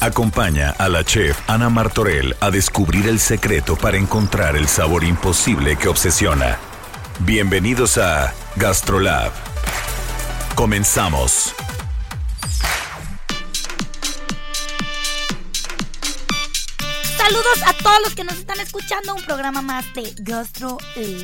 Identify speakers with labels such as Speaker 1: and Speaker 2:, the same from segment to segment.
Speaker 1: Acompaña a la chef Ana Martorell a descubrir el secreto para encontrar el sabor imposible que obsesiona. Bienvenidos a Gastrolab. Comenzamos.
Speaker 2: Saludos a todos los que nos están escuchando un programa más de Gastro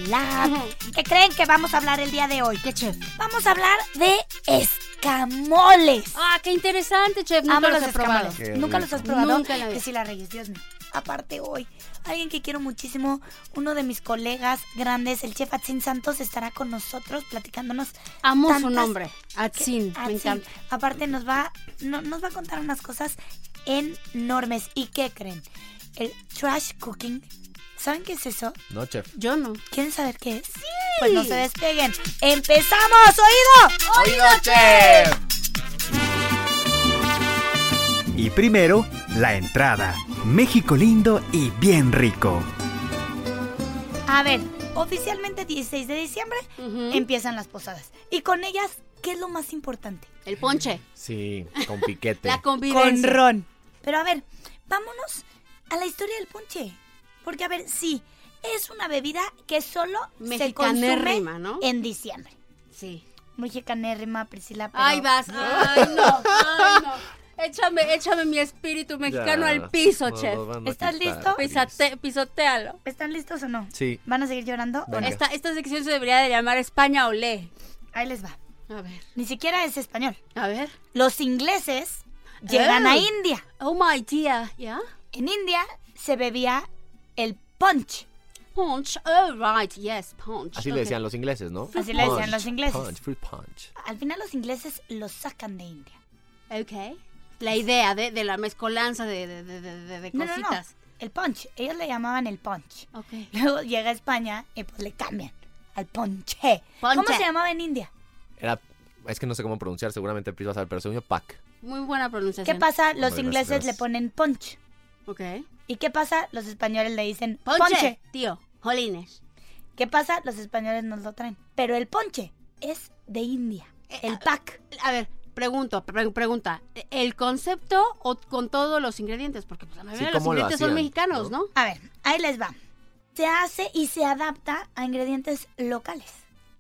Speaker 2: Lab. ¿Qué creen que vamos a hablar el día de hoy? ¿Qué chef? Vamos a hablar de escamoles.
Speaker 3: Ah, qué interesante, chef. Nunca
Speaker 2: Amo
Speaker 3: los
Speaker 2: los
Speaker 3: he probado.
Speaker 2: escamoles. Nunca los has probado.
Speaker 3: Nunca la vi.
Speaker 2: Que si la reyes, Dios mío. Aparte hoy, alguien que quiero muchísimo, uno de mis colegas grandes, el chef Atsin Santos, estará con nosotros platicándonos.
Speaker 3: Amo su
Speaker 2: tantas-
Speaker 3: nombre, Atsin, me
Speaker 2: Atsin.
Speaker 3: encanta.
Speaker 2: Aparte nos va, no- nos va a contar unas cosas enormes. ¿Y qué creen? El trash cooking. ¿Saben qué es eso?
Speaker 4: No, chef.
Speaker 3: Yo no.
Speaker 2: ¿Quieren saber qué es? Pues no se despeguen. ¡Empezamos! ¡Oído!
Speaker 4: ¡Oído, chef!
Speaker 5: Y primero, la entrada. México lindo y bien rico.
Speaker 2: A ver, oficialmente 16 de diciembre empiezan las posadas. Y con ellas, ¿qué es lo más importante?
Speaker 3: El ponche,
Speaker 4: Sí, con piquete.
Speaker 3: la convivencia.
Speaker 2: ron. Pero a ver, vámonos a la historia del ponche. Porque a ver, sí, es una bebida que solo se consume
Speaker 3: Mexicanérrima, ¿no?
Speaker 2: en diciembre.
Speaker 3: Sí.
Speaker 2: Mexicanérrima, Priscila. pero-
Speaker 3: Ay, vas. Ay, no. Ay, no. Échame, échame mi espíritu mexicano al piso, chef.
Speaker 2: ¿Estás listo?
Speaker 3: Pisate, pisotealo.
Speaker 2: ¿Están listos o no?
Speaker 4: Sí.
Speaker 2: ¿Van a seguir llorando?
Speaker 4: Venga.
Speaker 3: Esta, esta sección se debería de llamar España Olé.
Speaker 2: Ahí les va.
Speaker 3: A ver.
Speaker 2: Ni siquiera es español.
Speaker 3: A ver.
Speaker 2: Los ingleses llegan a
Speaker 3: Ah. Ay.
Speaker 2: India.
Speaker 3: Oh, my dear. ¿Ya?
Speaker 2: En India se bebía el punch.
Speaker 3: Punch. Oh, right. Yes, punch.
Speaker 4: Así
Speaker 3: Ok.
Speaker 4: le decían los ingleses, ¿no?
Speaker 2: Así le decían los
Speaker 4: Punch,
Speaker 2: ingleses.
Speaker 4: Punch, fruit punch.
Speaker 2: Al final los ingleses lo sacan de India.
Speaker 3: Ok. La idea de, de la mezcolanza de, de, de, de- de- de
Speaker 2: No, no, no.
Speaker 3: cositas.
Speaker 2: El punch. Ellos le llamaban el punch.
Speaker 3: Ok.
Speaker 2: Luego llega a España y pues le cambian al ponche. ¿Cómo
Speaker 3: Ponche.
Speaker 2: se llamaba en India?
Speaker 4: Era, es que no sé cómo pronunciar, seguramente Pris va a saber, pero según yo, pack.
Speaker 3: Muy buena pronunciación.
Speaker 2: ¿Qué pasa? Los
Speaker 4: Hombre,
Speaker 2: ingleses
Speaker 4: gracias.
Speaker 2: le ponen punch.
Speaker 3: Ok.
Speaker 2: ¿Y qué pasa? Los españoles le dicen
Speaker 3: Ponche,
Speaker 2: ponche.
Speaker 3: tío. Jolines.
Speaker 2: ¿Qué pasa? Los españoles nos lo traen. Pero el ponche es de India.
Speaker 3: Eh,
Speaker 2: El pack.
Speaker 3: A ver, pregunto, pre- pregunta. ¿El concepto o con todos los ingredientes? Porque pues, la mayoría
Speaker 4: Sí,
Speaker 3: de los
Speaker 4: ¿cómo lo
Speaker 3: ingredientes son
Speaker 4: hacían,
Speaker 3: mexicanos, ¿no?
Speaker 2: A ver, ahí les va. Se hace y se adapta a ingredientes locales.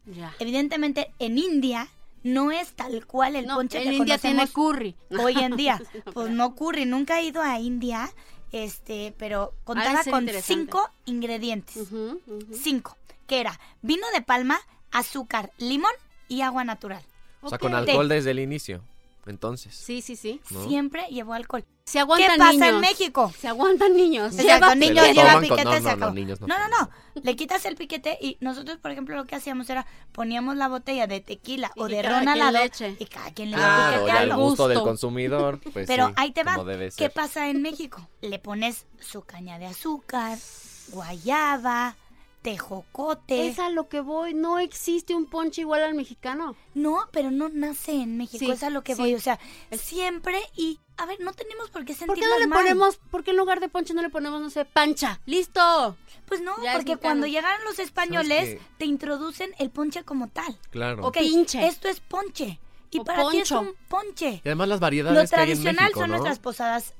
Speaker 3: Ya.
Speaker 2: Evidentemente, en India no es tal cual el
Speaker 3: No,
Speaker 2: ponche
Speaker 3: en
Speaker 2: que
Speaker 3: India tiene
Speaker 2: conocemos
Speaker 3: curry.
Speaker 2: hoy en día.
Speaker 3: No,
Speaker 2: pues
Speaker 3: claro.
Speaker 2: no ocurre, nunca he ido a India, este, pero
Speaker 3: de
Speaker 2: contaba
Speaker 3: ser
Speaker 2: con
Speaker 3: interesante.
Speaker 2: cinco ingredientes.
Speaker 3: Ujú, ujú.
Speaker 2: Cinco, que era vino de palma, azúcar, limón y agua natural.
Speaker 4: O sea, con
Speaker 2: Ok.
Speaker 4: alcohol desde el inicio. Entonces.
Speaker 3: Sí, sí, sí.
Speaker 4: ¿no?
Speaker 2: Siempre llevó alcohol.
Speaker 3: Se
Speaker 2: ¿Qué
Speaker 3: aguantan
Speaker 2: pasa
Speaker 3: niños.
Speaker 2: en México?
Speaker 3: Se aguantan niños.
Speaker 2: O sea,
Speaker 3: Lleva
Speaker 2: con niños
Speaker 4: Se lo
Speaker 2: lleva
Speaker 4: toman con-
Speaker 2: piquete,
Speaker 4: no,
Speaker 2: se
Speaker 4: no,
Speaker 2: acabó.
Speaker 4: no, niños no.
Speaker 2: no, no. Le quitas el piquete y nosotros, por ejemplo, lo que hacíamos era poníamos la botella de tequila o
Speaker 3: Y
Speaker 2: de
Speaker 3: cada
Speaker 2: ron al
Speaker 3: quien
Speaker 2: lado
Speaker 3: leche.
Speaker 2: y cada quien le da
Speaker 4: Claro,
Speaker 2: piquete
Speaker 4: ya
Speaker 2: a
Speaker 4: el
Speaker 2: lo-
Speaker 3: al
Speaker 4: gusto del
Speaker 3: gusto.
Speaker 4: consumidor. Pues
Speaker 2: Pero
Speaker 4: sí,
Speaker 2: ahí te va.
Speaker 4: como debe
Speaker 2: ¿Qué
Speaker 4: ser.
Speaker 2: pasa en México? Le pones su caña de azúcar, guayaba, tejocote.
Speaker 3: Es a lo que voy. No existe un ponche igual al mexicano.
Speaker 2: No, pero no nace en México.
Speaker 3: Sí,
Speaker 2: es a lo que
Speaker 3: sí.
Speaker 2: voy. O sea, siempre y. A ver, no tenemos por qué
Speaker 3: ¿Por qué
Speaker 2: sentirnos
Speaker 3: no le
Speaker 2: mal.
Speaker 3: ponemos, por qué en lugar de ponche no le ponemos, no sé, pancha? ¡Listo!
Speaker 2: Pues no,
Speaker 3: Ya es
Speaker 2: porque
Speaker 3: mexicano.
Speaker 2: cuando llegaron los españoles,
Speaker 4: qué?
Speaker 2: te introducen el ponche como tal.
Speaker 4: Claro.
Speaker 3: Ok.
Speaker 2: Ok,
Speaker 3: Pinche.
Speaker 2: Esto es ponche. Y
Speaker 3: O
Speaker 2: para ti es
Speaker 3: poncho.
Speaker 2: un ponche.
Speaker 4: Y además las
Speaker 2: Lo
Speaker 4: variedades que hay en
Speaker 2: tradicional
Speaker 4: México,
Speaker 2: son
Speaker 4: ¿no?
Speaker 2: nuestras posadas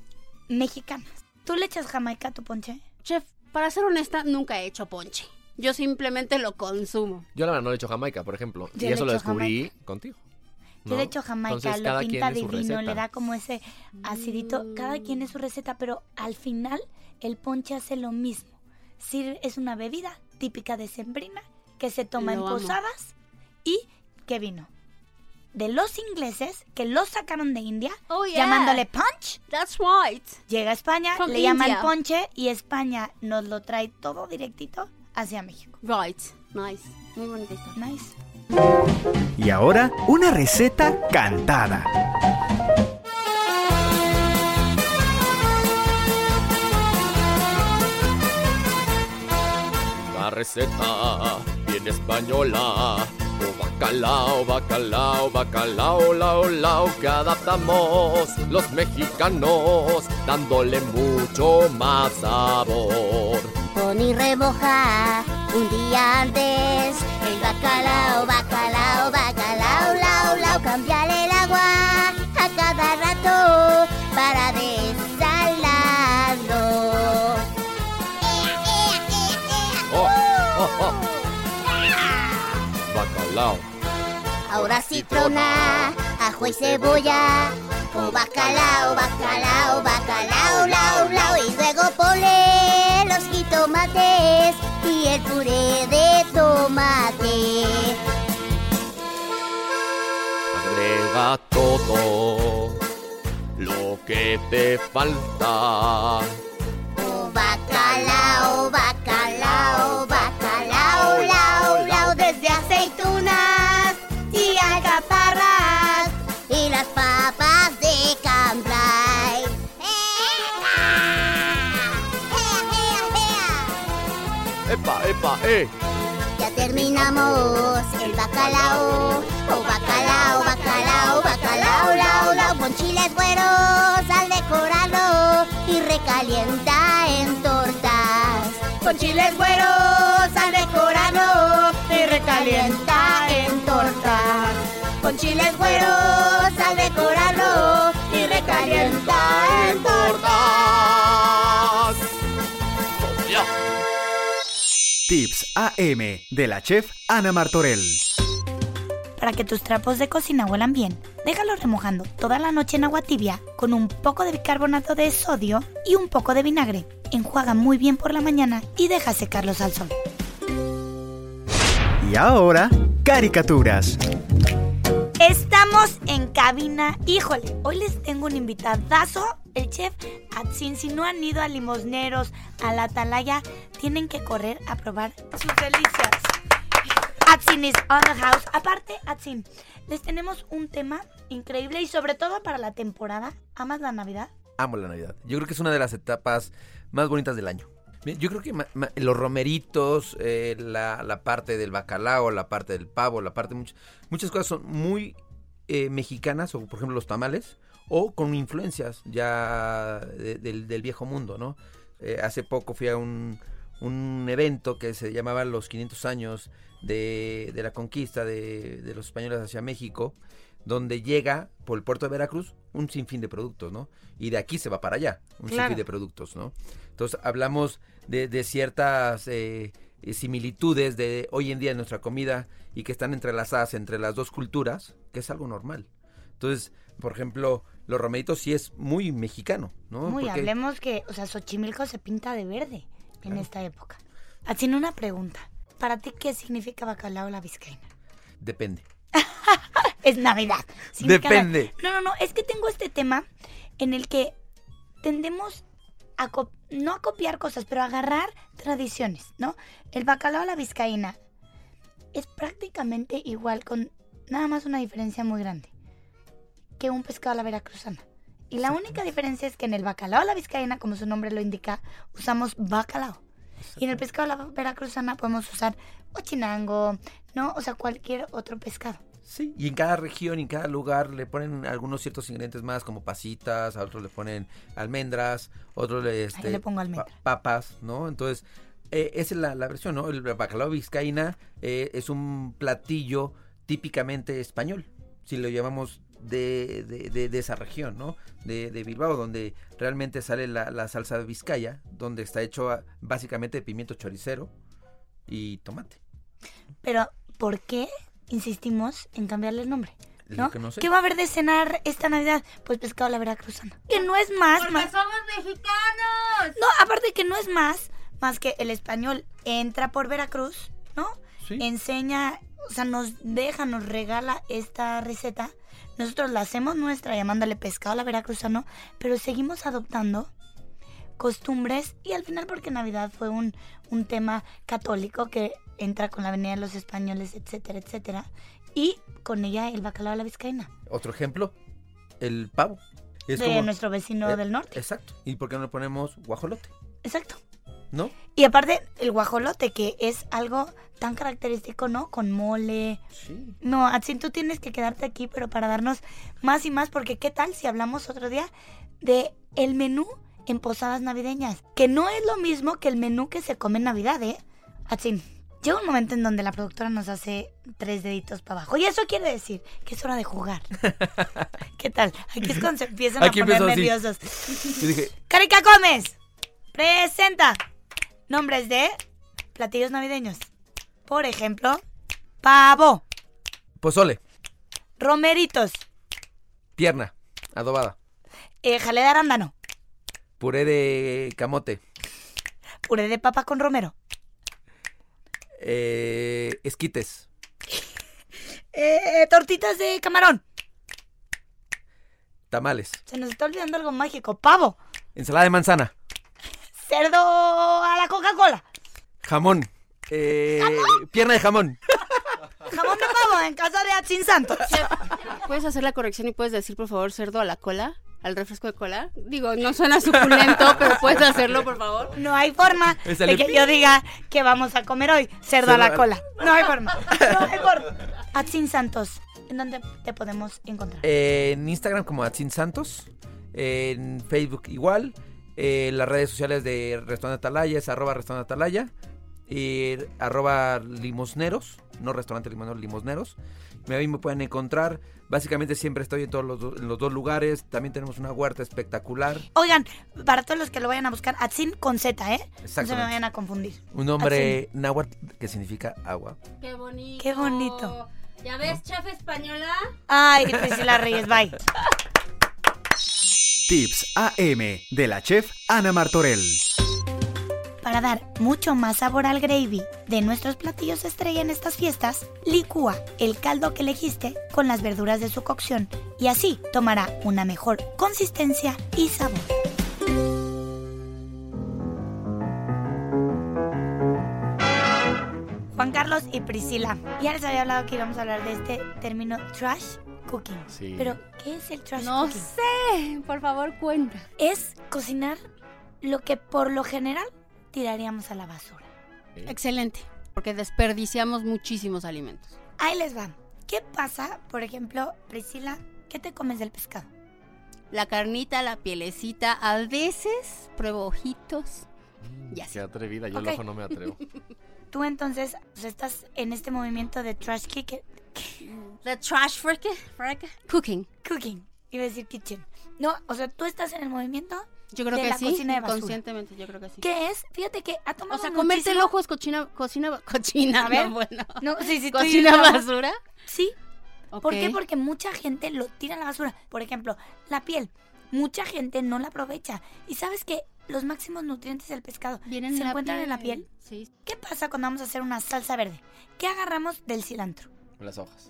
Speaker 2: mexicanas. ¿Tú le echas jamaica a tu ponche?
Speaker 3: Chef, para ser honesta, nunca he hecho ponche. Yo simplemente lo consumo.
Speaker 4: Yo la verdad no le echo jamaica, por ejemplo.
Speaker 2: Yo
Speaker 4: y
Speaker 2: le
Speaker 4: eso lo
Speaker 2: echo
Speaker 4: descubrí contigo.
Speaker 2: Yo
Speaker 4: ¿no?
Speaker 2: le echo jamaica,
Speaker 4: Entonces,
Speaker 2: lo
Speaker 4: cada quien
Speaker 2: pinta
Speaker 4: en su
Speaker 2: divino, le
Speaker 4: receta.
Speaker 2: da como ese acidito. Cada quien es su receta, pero al final el ponche hace lo mismo. Sir- es una bebida típica de Sembrina que se toma
Speaker 3: Lo
Speaker 2: en
Speaker 3: amo.
Speaker 2: posadas y que vino. de los ingleses que los sacaron de India,
Speaker 6: Oh, yeah.
Speaker 2: llamándole punch.
Speaker 6: That's right.
Speaker 2: Llega a España,
Speaker 6: From
Speaker 2: le llaman
Speaker 6: India.
Speaker 2: ponche y España nos lo trae todo directito hacia México.
Speaker 6: Right. Nice. Muy bonita historia.
Speaker 2: Nice.
Speaker 7: Y ahora, una receta cantada.
Speaker 4: La receta bien española. O bacalao, bacalao, bacalao, lao, lao, que adaptamos los mexicanos, dándole mucho más sabor.
Speaker 3: Pon y remoja un día antes el bacalao, bacalao, bacalao, lao, lao. Cambiale el agua a cada rato para desalarlo. ¡Ea, ea, ea, ea!
Speaker 4: Oh, oh, oh.
Speaker 3: ¡Ah!
Speaker 4: Bacalao,
Speaker 3: Ahora citrona, ajo y cebolla. O bacalao, bacalao, bacalao, lao, lao. Y luego ponle los jitomates y el puré de tomate.
Speaker 4: agrega todo lo que te falta.
Speaker 3: O bacalao, bacalao, bacalao, lao, lao. Desde aceitunas y alcaparras y las papas de cambrai.
Speaker 4: ¡Epa, epa, eh!
Speaker 3: Ya terminamos el bacalao. Oh, bacalao, bacalao, bacalao, lao, lao. Con chiles güeros al decorarlo y recalienta en tortas. Con chiles güeros al decorarlo y recalienta en tortas. Con chiles güeros al decorarlo y recalienta en
Speaker 4: ¡Tortas! ¡Ya!
Speaker 7: Tips AM de la chef Ana Martorell.
Speaker 2: Para que tus trapos de cocina huelan bien, déjalos remojando toda la noche en agua tibia con un poco de bicarbonato de sodio y un poco de vinagre. Enjuaga muy bien por la mañana y deja secarlos al sol.
Speaker 7: Y ahora, caricaturas.
Speaker 2: Estamos en cabina. Híjole, hoy les tengo un invitadazo. El chef Atsin, si no han ido a Limosneros, a la Atalaya, tienen que correr a probar sus delicias. Atsin is on the house. Aparte, Atsin, les tenemos un tema increíble y sobre todo para la temporada. ¿Amas la Navidad?
Speaker 8: Amo la Navidad. Yo creo que es una de las etapas más bonitas del año. Yo creo que ma- ma- los romeritos, eh, la, la parte del bacalao, la parte del pavo, la parte... Muchas, muchas cosas son muy eh, mexicanas, o por ejemplo los tamales, o con influencias ya de- del, del viejo mundo, ¿no? Eh, hace poco fui a un, un evento que se llamaba los 500 años de, de la conquista de, de los españoles hacia México, donde llega por el puerto de Veracruz un sinfín de productos, ¿no? Y de aquí se va para allá, un
Speaker 2: Claro.
Speaker 8: sinfín de productos, ¿no? Entonces hablamos de, de ciertas eh, eh, similitudes de hoy en día en nuestra comida y que están entrelazadas entre las dos culturas, que es algo normal. Entonces, por ejemplo, los romeritos sí es muy mexicano, ¿no?
Speaker 2: Muy,
Speaker 8: Porque-
Speaker 2: hablemos que, o sea, Xochimilco se pinta de verde en esta época. Atsin, una pregunta. ¿Para ti qué significa bacalao a la vizcaína?
Speaker 8: Depende.
Speaker 2: es Navidad.
Speaker 8: Depende.
Speaker 2: No, no, no, es que tengo este tema en el que tendemos a co- no a copiar cosas, pero a agarrar tradiciones, ¿no? El bacalao a la vizcaína es prácticamente igual con nada más una diferencia muy grande que un pescado a la veracruzana. Y la única diferencia es que en el bacalao a la vizcaína, como su nombre lo indica, usamos bacalao. Y en el pescado a la veracruzana podemos usar ochinango, ¿no? O sea, cualquier otro pescado.
Speaker 8: Sí, y en cada región, y en cada lugar le ponen algunos ciertos ingredientes más, como pasitas, a otros le ponen almendras, otros le, este,
Speaker 2: le pongo almendra.
Speaker 8: pa- papas, ¿no? Entonces, eh, esa es la, la versión, ¿no? El bacalao vizcaína eh, es un platillo típicamente español, si lo llamamos de, de- de- de esa región, ¿no? De, de Bilbao, donde realmente sale la, la salsa de Vizcaya, donde está hecho ah, básicamente de pimiento choricero y tomate.
Speaker 2: Pero, ¿por qué insistimos en cambiarle el nombre?
Speaker 8: Es
Speaker 2: ¿No?
Speaker 8: lo que no sé.
Speaker 2: ¿Qué va a haber de cenar esta Navidad? Pues pescado a la veracruzana. Que no es más,
Speaker 6: Porque
Speaker 2: más-
Speaker 6: somos mexicanos.
Speaker 2: No, aparte que no es más, más que el español entra por Veracruz, ¿no?
Speaker 8: Sí.
Speaker 2: Enseña o sea, nos deja, nos regala esta receta. Nosotros la hacemos nuestra llamándole pescado a la veracruzano, pero seguimos adoptando costumbres y al final porque Navidad fue un, un tema católico que entra con la venida de los españoles, etcétera, etcétera. Y con ella el bacalao a la vizcaína,
Speaker 8: Otro ejemplo, el pavo. Es
Speaker 2: de
Speaker 8: como-
Speaker 2: nuestro vecino
Speaker 8: eh,
Speaker 2: del norte.
Speaker 8: Exacto. ¿Y por qué no le ponemos guajolote?
Speaker 2: Exacto.
Speaker 8: ¿No?
Speaker 2: Y aparte, el guajolote, que es algo tan característico, ¿no? Con mole.
Speaker 8: Sí.
Speaker 2: No, así tú tienes que quedarte aquí, pero para darnos más y más, porque ¿qué tal si hablamos otro día de el menú en posadas navideñas? Que no es lo mismo que el menú que se come en Navidad, ¿eh? Así, llega un momento en donde la productora nos hace tres deditos para abajo. Y eso quiere decir que es hora de jugar. ¿Qué tal? Aquí es cuando se empiezan
Speaker 8: Aquí
Speaker 2: a poner
Speaker 8: empezó así.
Speaker 2: nerviosos.
Speaker 8: Yo dije,
Speaker 2: Carica Gómez presenta nombres de platillos navideños. Por ejemplo, pavo,
Speaker 8: pozole,
Speaker 2: romeritos,
Speaker 8: pierna, adobada,
Speaker 2: eh, jalea de arándano,
Speaker 8: puré de camote,
Speaker 2: puré de papa con romero,
Speaker 8: eh, esquites,
Speaker 2: eh, tortitas de camarón.
Speaker 8: tamales,
Speaker 2: Se nos está olvidando algo mágico. Pavo,
Speaker 8: ensalada de manzana,
Speaker 2: cerdo a la Coca-Cola,
Speaker 8: jamón, eh, pierna de jamón.
Speaker 2: jamón de pavo en casa de Atsin Santos.
Speaker 3: ¿Puedes hacer la corrección y puedes decir, por favor, cerdo a la cola? ¿Al refresco de cola? Digo, no suena suculento, pero puedes hacerlo, por favor.
Speaker 2: No hay forma
Speaker 8: Me
Speaker 2: de
Speaker 8: sale
Speaker 2: que
Speaker 8: pi-
Speaker 2: yo diga que vamos a comer hoy cerdo a
Speaker 8: Cerdo
Speaker 2: la
Speaker 8: a-
Speaker 2: cola. No hay forma. No hay forma. Atsin Santos, ¿en dónde te podemos encontrar?
Speaker 8: Eh, en Instagram como Atsin Santos, en Facebook igual, eh, las redes sociales de Restaurante Atalaya es arroba Restaurante Atalaya, y arroba Limosneros, no Restaurante Limosneros, Limosneros. Me- Ahí me pueden encontrar, básicamente siempre estoy en todos los, do- en los dos lugares, también tenemos una huerta espectacular,
Speaker 2: Oigan, para todos los que lo vayan a buscar, Atsin con Z, ¿eh? No se me
Speaker 8: Exactamente.
Speaker 2: vayan a confundir.
Speaker 8: un nombre náhuatl que significa agua.
Speaker 3: Qué bonito.
Speaker 2: Qué bonito.
Speaker 3: ¿Ya ves, chef española?
Speaker 2: Ay, Priscila Reyes, bye.
Speaker 5: Tips AM de la chef Ana Martorell.
Speaker 2: Para dar mucho más sabor al gravy de nuestros platillos estrella en estas fiestas, licúa el caldo que elegiste con las verduras de su cocción y así tomará una mejor consistencia y sabor. Juan Carlos y Priscila, ya les había hablado que íbamos a hablar de este término trash cooking.
Speaker 4: Sí.
Speaker 2: Pero, ¿qué es el trash
Speaker 3: No
Speaker 2: cooking?
Speaker 3: sé. Por favor, cuenta.
Speaker 2: es cocinar lo que por lo general tiraríamos a la basura.
Speaker 3: Excelente. Porque desperdiciamos muchísimos alimentos.
Speaker 2: Ahí les va. ¿Qué pasa, por ejemplo, Priscila? ¿Qué te comes del pescado?
Speaker 3: La carnita, la pielecita, a veces pruebo ojitos. Y así.
Speaker 4: Qué atrevida, yo
Speaker 2: Ok.
Speaker 4: el ojo no me atrevo.
Speaker 2: Tú entonces pues, estás en este movimiento de trash kick-
Speaker 3: The trash freak, freak- cooking.
Speaker 2: cooking. Iba a decir kitchen. No, o sea, tú estás en el movimiento
Speaker 3: Yo creo
Speaker 2: De
Speaker 3: que
Speaker 2: la
Speaker 3: sí.
Speaker 2: cocina de basura.
Speaker 3: Conscientemente, yo creo que sí.
Speaker 2: que es, fíjate que ha tomado
Speaker 3: O sea, comerte el
Speaker 2: muchísimo-
Speaker 3: ojo es cochina, cocina, cocina,
Speaker 2: A ver.
Speaker 3: no, bueno.
Speaker 2: No, sí, sí, tú y
Speaker 3: Cocina
Speaker 2: yo-
Speaker 3: basura.
Speaker 2: Sí, ¿Por
Speaker 3: Ok.
Speaker 2: qué? Porque mucha gente lo tira a la basura. Por ejemplo, la piel. Mucha gente no la aprovecha. Y sabes que los máximos nutrientes del pescado
Speaker 3: Vienen en
Speaker 2: se
Speaker 3: la
Speaker 2: encuentran en la piel.
Speaker 3: Sí.
Speaker 2: ¿Qué pasa cuando vamos a hacer una salsa verde? ¿Qué agarramos del cilantro?
Speaker 4: Las hojas.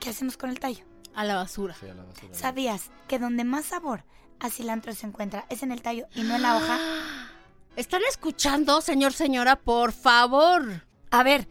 Speaker 2: ¿Qué hacemos con el tallo?
Speaker 3: A la basura.
Speaker 4: Sí, a la basura.
Speaker 2: ¿Sabías que donde más sabor a cilantro se encuentra es en el tallo y no en la hoja?
Speaker 3: ¿Están escuchando, señor, señora? Por favor.
Speaker 2: A ver,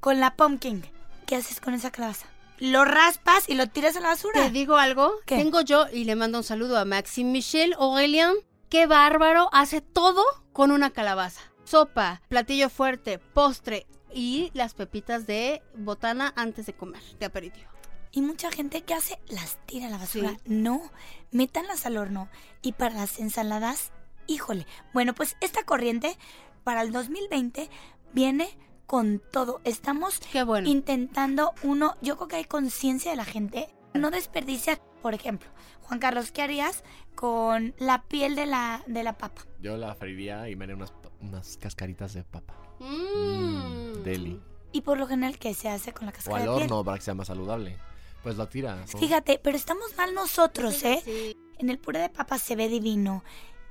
Speaker 2: con la pumpkin, ¿qué haces con esa calabaza? Lo raspas y lo tiras a la
Speaker 3: ¿Te
Speaker 2: basura.
Speaker 3: digo algo?
Speaker 2: ¿Qué?
Speaker 3: Tengo yo y le mando un saludo a Maxim Michel Aurelian. ¡Qué bárbaro! Hace todo con una calabaza. Sopa, platillo fuerte, postre y las pepitas de botana antes de comer, de aperitivo.
Speaker 2: Y mucha gente que hace las tira a la basura.
Speaker 3: Sí.
Speaker 2: No, métanlas al horno. Y para las ensaladas, híjole. Bueno, pues esta corriente para el 2020 viene con todo. Estamos
Speaker 3: Qué bueno.
Speaker 2: intentando uno, yo creo que hay conciencia de la gente, no desperdiciar. Por ejemplo, Juan Carlos, ¿qué harías con la piel de la, de la papa?
Speaker 4: Yo la freiría y me haría unas, pa- unas cascaritas de papa.
Speaker 3: Mm.
Speaker 4: Mm, deli.
Speaker 2: Y por lo general, ¿qué se hace con la
Speaker 4: O
Speaker 2: cáscara
Speaker 4: al
Speaker 2: de piel?
Speaker 4: horno para que sea más saludable. Pues lo tiras. ¿no?
Speaker 2: Fíjate, pero estamos mal nosotros, ¿eh?
Speaker 3: Sí.
Speaker 2: En el puré de papa se ve divino.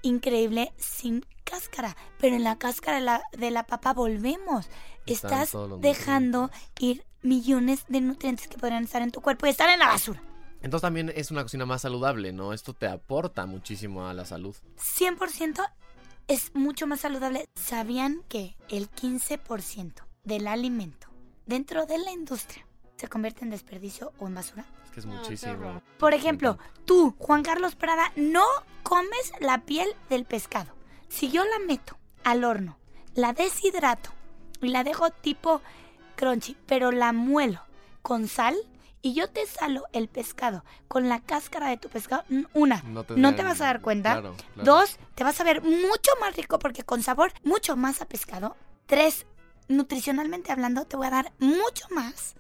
Speaker 2: increíble sin cáscara. Pero en la cáscara de la, de la papa volvemos.
Speaker 4: Están
Speaker 2: Estás
Speaker 4: todos los
Speaker 2: dejando ir millones de nutrientes que podrían estar en tu cuerpo y están en la basura.
Speaker 4: Entonces también es una cocina más saludable, ¿no? Esto te aporta muchísimo a la salud.
Speaker 2: 100% es mucho más saludable. ¿Sabían que el 15% del alimento dentro de la industria se convierte en desperdicio o en basura?
Speaker 4: Es que es
Speaker 3: No, qué
Speaker 4: muchísimo.
Speaker 3: horror.
Speaker 2: Por ejemplo, tú, Juan Carlos Prada, no comes la piel del pescado. Si yo la meto al horno, la deshidrato y la dejo tipo crunchy, pero la muelo con sal y yo te salo el pescado con la cáscara de tu pescado, mm, una, no te,
Speaker 4: dan-
Speaker 2: vas a dar cuenta.
Speaker 4: Claro, claro.
Speaker 2: Dos, te vas a ver mucho más rico porque con sabor mucho más a pescado. Tres, nutricionalmente hablando, te voy a dar mucho más.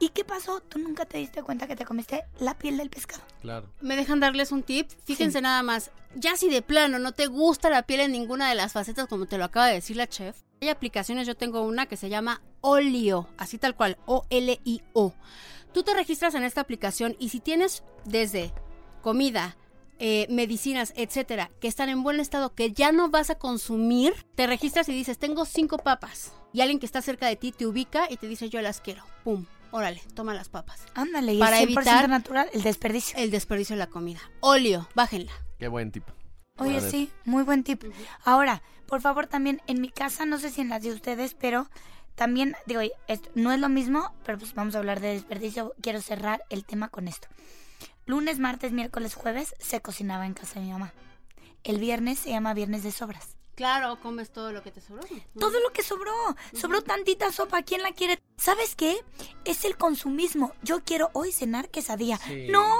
Speaker 2: ¿Y qué pasó? Tú nunca te diste cuenta que te comiste la piel del pescado.
Speaker 4: Claro.
Speaker 3: ¿Me dejan darles un tip? Fíjense
Speaker 2: Sí.
Speaker 3: nada más. Ya si de plano no te gusta la piel en ninguna de las facetas, como te lo acaba de decir la chef, hay aplicaciones. Yo tengo una que se llama Olio, así tal cual, O-L-I-O. Tú te registras en esta aplicación y si tienes desde comida, eh, medicinas, etcétera, que están en buen estado, que ya no vas a consumir, te registras y dices, tengo cinco papas. Y alguien que está cerca de ti te ubica y te dice, yo las quiero. Pum, órale, toma las papas.
Speaker 2: Ándale, y
Speaker 3: Para
Speaker 2: es 100%
Speaker 3: evitar-
Speaker 2: natural el desperdicio.
Speaker 3: El desperdicio de la comida. Olio, bájenla.
Speaker 4: Qué buen tipo.
Speaker 2: Oye,
Speaker 4: Buena
Speaker 2: sí, muy buen tip. Ahora, por favor, también en mi casa, no sé si en las de ustedes, pero también, digo, esto no es lo mismo, pero pues vamos a hablar de desperdicio. Quiero cerrar el tema con esto. Lunes, martes, miércoles, jueves se cocinaba en casa de mi mamá. El viernes se llama viernes de sobras.
Speaker 3: Claro, comes todo lo que te sobró.
Speaker 2: Todo lo que sobró. Sobró tantita sopa. ¿Quién la quiere? ¿Sabes qué? Es el consumismo. Yo quiero hoy cenar quesadilla.
Speaker 4: Sí.
Speaker 2: No,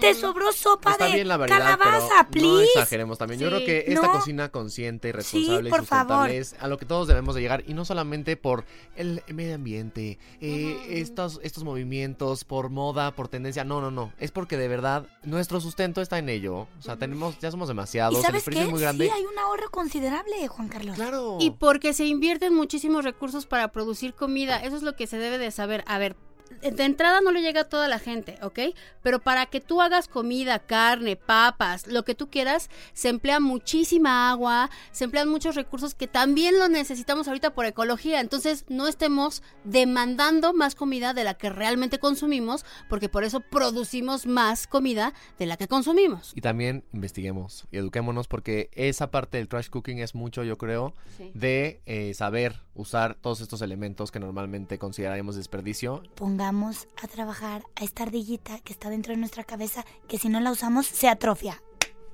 Speaker 2: te sobró sopa
Speaker 4: Está
Speaker 2: de
Speaker 4: bien la variedad,
Speaker 2: calabaza,
Speaker 4: pero no
Speaker 2: please.
Speaker 4: exageremos también.
Speaker 3: Sí.
Speaker 4: Yo creo que esta
Speaker 2: No.
Speaker 4: cocina consciente y responsable
Speaker 2: por
Speaker 4: y sustentable
Speaker 2: favor.
Speaker 4: es a lo que todos debemos de llegar y no solamente por el medio ambiente, eh, estos estos movimientos por moda, por tendencia. No, no, no. Es porque de verdad nuestro sustento está en ello. O sea, tenemos ya somos demasiados.
Speaker 2: ¿Y
Speaker 4: el
Speaker 2: sabes
Speaker 4: desperdicio
Speaker 2: qué?
Speaker 4: es muy grande.
Speaker 2: Sí, hay un ahorro considerable, Juan Carlos.
Speaker 4: Claro.
Speaker 3: Y porque se invierten muchísimos recursos para producir comida. Eso es lo que se debe de saber. A ver, de entrada no le llega a toda la gente, ¿ok? Pero para que tú hagas comida, carne, papas, lo que tú quieras, se emplea muchísima agua, se emplean muchos recursos que también lo necesitamos ahorita por ecología. Entonces no estemos demandando más comida de la que realmente consumimos, porque por eso producimos más comida de la que consumimos.
Speaker 4: Y también investiguemos y eduquémonos porque esa parte del trash cooking es mucho, yo creo, de eh, saber usar todos estos elementos que normalmente consideraríamos desperdicio.
Speaker 2: Pongamos a trabajar a esta ardillita que está dentro de nuestra cabeza, que si no la usamos se atrofia.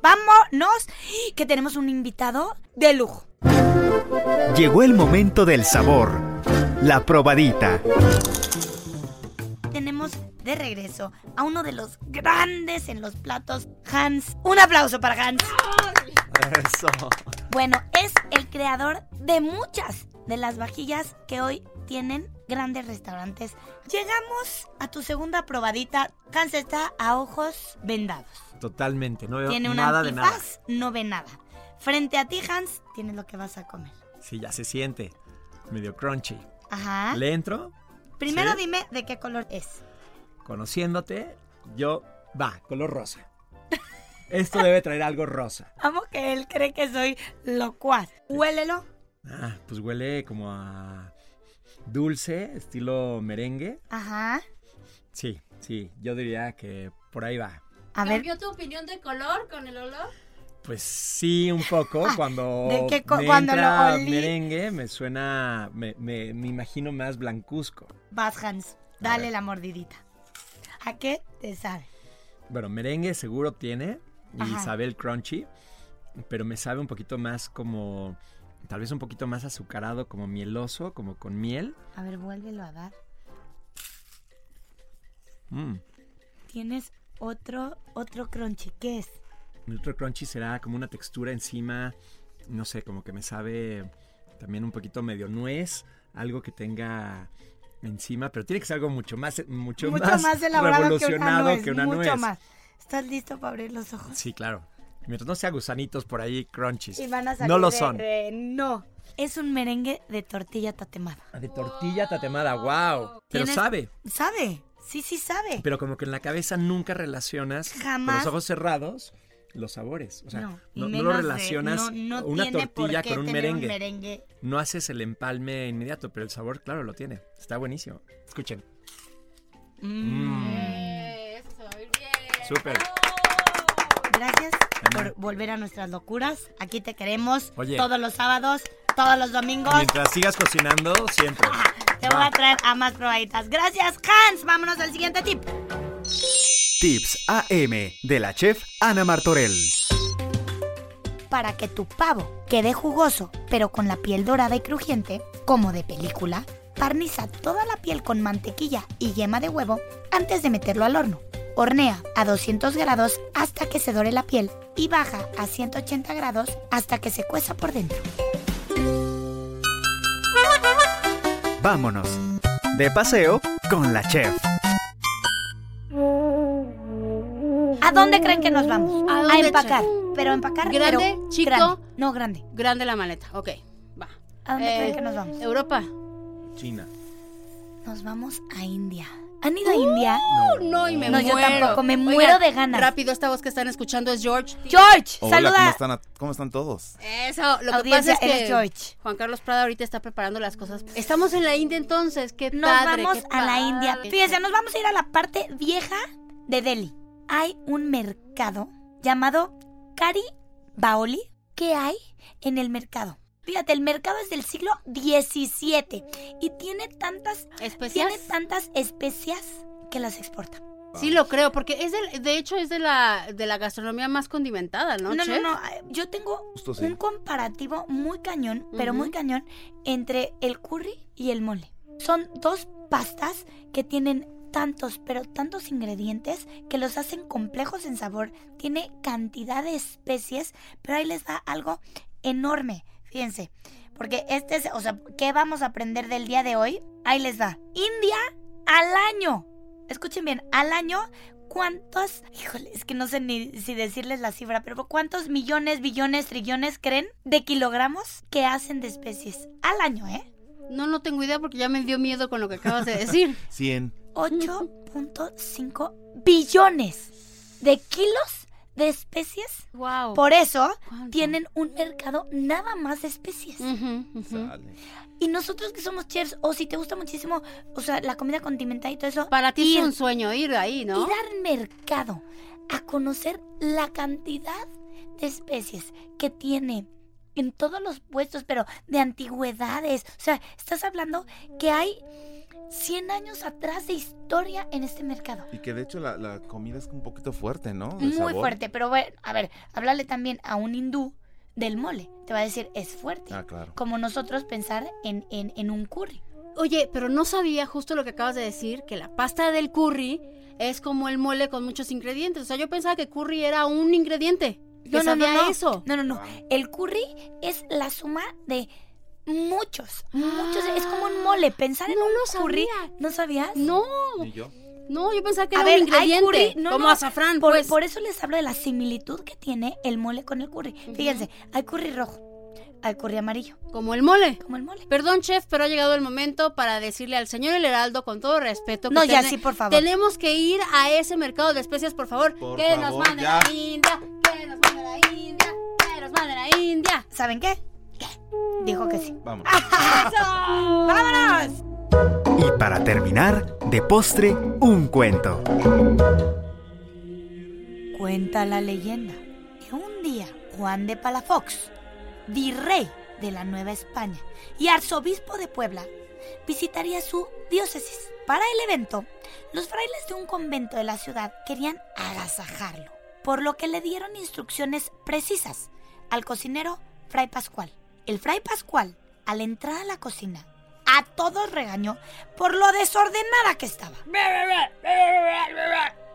Speaker 2: Vámonos, que tenemos un invitado de lujo.
Speaker 5: Llegó el momento del sabor. La probadita.
Speaker 2: Tenemos de regreso a uno de los grandes en los platos, Hans. Un aplauso para Hans.
Speaker 4: Eso.
Speaker 2: Bueno, es el creador de muchas de las vajillas que hoy tienen grandes restaurantes. Llegamos a tu segunda probadita. Hans está a ojos vendados.
Speaker 7: Totalmente, no veo
Speaker 2: Tiene un
Speaker 7: nada de nada.
Speaker 2: antifaz, no ve nada. Frente a ti, Hans, tienes lo que vas a comer.
Speaker 7: Sí, ya se siente. Medio crunchy.
Speaker 2: Ajá.
Speaker 7: Le entro,
Speaker 2: Primero
Speaker 7: ¿sí?
Speaker 2: dime de qué color es.
Speaker 7: conociéndote, yo. Va, color rosa. Esto debe traer algo rosa.
Speaker 2: Amo que él cree que soy locuaz. Huélelo.
Speaker 7: Ah, pues huele como a. Dulce, estilo merengue.
Speaker 2: Ajá.
Speaker 7: Sí, sí, yo diría que por ahí va.
Speaker 2: A ver.
Speaker 3: tu opinión de color con el olor?
Speaker 7: Pues sí, un poco. Cuando
Speaker 2: Ah, ¿de qué co-
Speaker 7: me
Speaker 2: cuando lo
Speaker 7: entra
Speaker 2: olí?
Speaker 7: merengue, me suena, me, me- me imagino más blancuzco.
Speaker 2: Vas, Hans. Dale la mordidita. ¿A qué te sabe?
Speaker 7: Bueno, merengue seguro tiene y
Speaker 2: Ajá.
Speaker 7: sabe el crunchy, pero me sabe un poquito más como, tal vez un poquito más azucarado, como mieloso, como con miel.
Speaker 2: A ver, vuélvelo a dar.
Speaker 7: Mm.
Speaker 2: Tienes otro, otro crunchy. ¿Qué es?
Speaker 7: El otro crunchy será como una textura encima, no sé, como que me sabe también un poquito medio nuez, algo que tenga encima, pero tiene que ser algo mucho más, mucho,
Speaker 2: mucho
Speaker 7: más,
Speaker 2: más, elaborado que una
Speaker 7: revolucionado
Speaker 2: nuez.
Speaker 7: que una
Speaker 2: mucho
Speaker 7: nuez.
Speaker 2: más. ¿Estás listo para abrir los ojos?
Speaker 7: Sí, claro. Mientras no sea gusanitos por ahí, crunchies.
Speaker 2: Y van a salir
Speaker 7: no lo
Speaker 2: de
Speaker 7: son.
Speaker 2: re- no. Es un merengue de tortilla tatemada.
Speaker 7: De tortilla tatemada, wow. Pero
Speaker 2: Tienes-
Speaker 7: sabe.
Speaker 2: ¿Sabe? Sí, sí sabe.
Speaker 7: Pero como que en la cabeza nunca relacionas con
Speaker 2: Jamás.
Speaker 7: los ojos cerrados los sabores. O sea,
Speaker 2: No,
Speaker 7: no,
Speaker 2: y
Speaker 7: no lo
Speaker 2: menos de-
Speaker 7: relacionas
Speaker 2: no- no
Speaker 7: una
Speaker 2: tiene por
Speaker 7: tortilla
Speaker 2: qué
Speaker 7: con un
Speaker 2: tener un
Speaker 7: merengue.
Speaker 2: merengue.
Speaker 7: No haces el empalme inmediato, pero el sabor, claro, lo tiene. Está buenísimo. Escuchen.
Speaker 2: Mm,
Speaker 7: Mm.
Speaker 3: Eh, Eso se va a oír bien.
Speaker 7: Súper.
Speaker 2: Gracias
Speaker 7: Ana.
Speaker 2: por volver a nuestras locuras. Aquí te queremos
Speaker 7: Oye.
Speaker 2: todos los sábados, todos los domingos.
Speaker 7: Mientras sigas cocinando, siempre.
Speaker 2: Ah, Te voy a traer a más probaditas. Gracias, Hans. Vámonos al siguiente tip.
Speaker 5: Tips AM de la chef Ana Martorell.
Speaker 2: Para que tu pavo quede jugoso, pero con la piel dorada y crujiente, como de película, barniza toda la piel con mantequilla y yema de huevo antes de meterlo al horno. Hornea a 200 grados hasta que se dore la piel y baja a 180 grados hasta que se cueza por dentro.
Speaker 5: Vámonos. De paseo con la chef.
Speaker 2: ¿A dónde creen que nos vamos?
Speaker 3: ¿A
Speaker 2: A,
Speaker 3: dónde,
Speaker 2: empacar. Pero empacar
Speaker 3: ¿Grande?
Speaker 2: pero
Speaker 3: ¿Chico?
Speaker 2: grande. No, grande.
Speaker 3: Grande la maleta. Ok, va. Eh,
Speaker 2: ¿A dónde creen que nos vamos?
Speaker 3: Europa.
Speaker 7: China.
Speaker 2: Nos vamos a India. ¿Han ido a
Speaker 3: Uh.
Speaker 2: India?
Speaker 3: No, no, y me
Speaker 2: No, yo
Speaker 3: muero.
Speaker 2: tampoco, me muero de ganas.
Speaker 3: Rápido, esta voz que están escuchando es George.
Speaker 2: George,
Speaker 9: Hola,
Speaker 2: saluda.
Speaker 9: ¿cómo están, a- ¿cómo están todos?
Speaker 3: Eso, lo que pasa
Speaker 2: Audiencia,
Speaker 3: es que
Speaker 2: eres George.
Speaker 3: Juan Carlos Prada ahorita está preparando las cosas. Estamos en la India entonces, qué
Speaker 2: Nos
Speaker 3: padre,
Speaker 2: vamos
Speaker 3: qué
Speaker 2: a la
Speaker 3: padre.
Speaker 2: India. Fíjense, nos vamos a ir a la parte vieja de Delhi. Hay un mercado llamado Kari Baoli. ¿Qué hay en el mercado? Fíjate, el mercado es del siglo XVII y tiene tantas,
Speaker 3: Especias.
Speaker 2: tiene tantas especias que las exporta.
Speaker 3: Sí lo creo, porque es del- de hecho es de la de la gastronomía más condimentada, ¿no?
Speaker 2: No, no,
Speaker 3: chef?
Speaker 2: no. eh, Yo tengo
Speaker 9: Justo sí.
Speaker 2: un comparativo muy cañón, pero
Speaker 3: Ujú.
Speaker 2: muy cañón, entre el curry y el mole. Son dos pastas que tienen tantos, pero tantos ingredientes que los hacen complejos en sabor. Tiene cantidad de especies, pero ahí les da algo enorme. Fíjense, porque este es, o sea, ¿qué vamos a aprender del día de hoy? Ahí les va. India al año. Escuchen bien, al año ¿Cuántos? Híjole, es que no sé ni si decirles la cifra, pero ¿cuántos millones, billones, trillones creen de kilogramos que hacen de especies al año, eh?
Speaker 3: No, no tengo idea porque ya me dio miedo con lo que acabas de decir.
Speaker 9: 100.
Speaker 2: 8.5 billones de kilos de especies.
Speaker 3: wow.
Speaker 2: Por eso
Speaker 3: ¿Cuánto?
Speaker 2: tienen un mercado nada más de especies.
Speaker 3: Ujú, ujú.
Speaker 9: Dale.
Speaker 2: Y nosotros que somos chefs, o si te gusta muchísimo, o sea, la comida condimentada y todo eso,
Speaker 3: Para ti es
Speaker 2: ir-
Speaker 3: un sueño ir ahí, ¿no?
Speaker 2: ir al mercado a conocer la cantidad de especies que tiene en todos los puestos, pero de antigüedades. O sea, estás hablando que hay 100 años atrás de historia en este mercado.
Speaker 9: Y que de hecho la, la comida es un poquito fuerte, ¿no? De
Speaker 2: Muy
Speaker 9: sabor.
Speaker 2: fuerte, pero bueno, a ver, háblale también a un hindú del mole. Te va a decir, es fuerte.
Speaker 9: Ah, claro.
Speaker 2: Como nosotros pensar en, en- en un curry.
Speaker 3: Oye, pero no sabía justo lo que acabas de decir, que la pasta del curry es como el mole con muchos ingredientes. O sea, yo pensaba que curry era un ingrediente. Yo no, sabía eso.
Speaker 2: No, no, no. El curry es la suma de muchos, muchos. Es como un mole. Pensar en
Speaker 3: Ah. No
Speaker 2: un
Speaker 3: lo
Speaker 2: curry.
Speaker 3: sabía.
Speaker 2: ¿No sabías?
Speaker 3: No,
Speaker 9: ¿Y yo?
Speaker 3: no, yo pensaba que
Speaker 2: A
Speaker 3: era
Speaker 2: ver,
Speaker 3: un
Speaker 2: hay
Speaker 3: ingrediente.
Speaker 2: curry- no,
Speaker 3: como
Speaker 2: no,
Speaker 3: azafrán,
Speaker 2: Por,
Speaker 3: pues.
Speaker 2: por eso les hablo de la similitud que tiene el mole con el curry. Fíjense, hay curry rojo, hay curry amarillo,
Speaker 3: Como el mole.
Speaker 2: como el mole.
Speaker 3: Perdón, chef, pero ha llegado el momento para decirle al señor El Heraldo, con todo respeto, que
Speaker 2: No, ya
Speaker 3: tene-
Speaker 2: sí, por favor.
Speaker 3: tenemos que ir a ese mercado de especias, por favor.
Speaker 9: Por
Speaker 3: que nos
Speaker 9: favor,
Speaker 3: manden
Speaker 9: ya.
Speaker 3: a India, que nos manden a India, que nos manden a India.
Speaker 2: ¿Saben qué? ¿Qué? Dijo que sí.
Speaker 9: Vamos.
Speaker 2: ¡Vámonos!
Speaker 5: Y para terminar, de postre, un cuento.
Speaker 2: Cuenta la leyenda que un día Juan de Palafox, virrey de la Nueva España y arzobispo de Puebla, visitaría su diócesis. Para el evento, los frailes de un convento de la ciudad querían agasajarlo, por lo que le dieron instrucciones precisas al cocinero Fray Pascual. El Fray Pascual, al entrar a la cocina, a todos regañó por lo desordenada que estaba.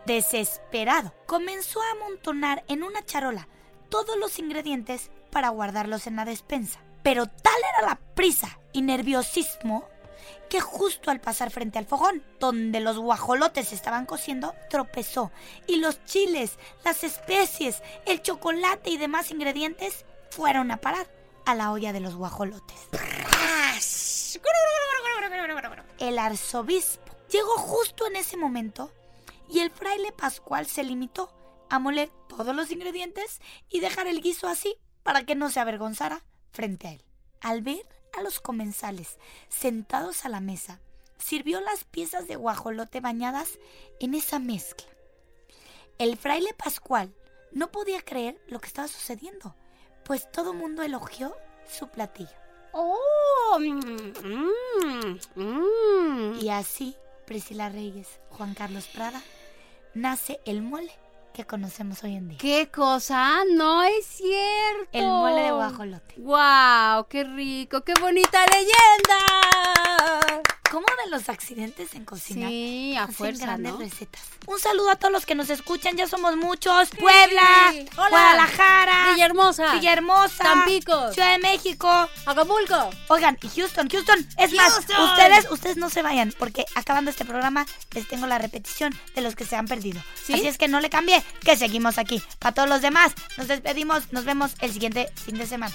Speaker 2: Desesperado, comenzó a amontonar en una charola todos los ingredientes para guardarlos en la despensa. Pero tal era la prisa y nerviosismo que justo al pasar frente al fogón, donde los guajolotes estaban cociendo, tropezó y los chiles, las especies, el chocolate y demás ingredientes fueron a parar a la olla de los guajolotes. El arzobispo llegó justo en ese momento y el fraile Pascual se limitó a moler todos los ingredientes y dejar el guiso así para que no se avergonzara frente a él. Al ver a los comensales sentados a la mesa, sirvió las piezas de guajolote bañadas en esa mezcla. El fraile Pascual no podía creer lo que estaba sucediendo, pues todo mundo elogió su platillo.
Speaker 3: ¡Oh! mm, mm, mm.
Speaker 2: Y así, Priscila Reyes, Juan Carlos Prada, nace el mole que conocemos hoy en día.
Speaker 3: ¿Qué cosa? No es cierto.
Speaker 2: El mole de guajolote.
Speaker 3: ¡Wow! ¡Qué rico! ¡Qué bonita leyenda!
Speaker 2: ¿Cómo de los accidentes en cocina?
Speaker 3: Sí, a
Speaker 2: hacen
Speaker 3: fuerza,
Speaker 2: grandes
Speaker 3: ¿no?
Speaker 2: recetas. Un saludo a todos los que nos escuchan, ya somos muchos. Puebla,
Speaker 3: Hola.
Speaker 2: Guadalajara,
Speaker 3: Villahermosa.
Speaker 2: Villahermosa,
Speaker 3: Tampico.
Speaker 2: Ciudad de México.
Speaker 3: Acapulco.
Speaker 2: Oigan, y Houston, Houston, es
Speaker 3: Houston.
Speaker 2: más, ustedes, ustedes no se vayan, porque acabando este programa les tengo la repetición de los que se han perdido.
Speaker 3: ¿Sí?
Speaker 2: Así es que no le cambie, que seguimos aquí. Para todos los demás, nos despedimos, nos vemos el siguiente fin de semana.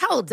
Speaker 8: Hold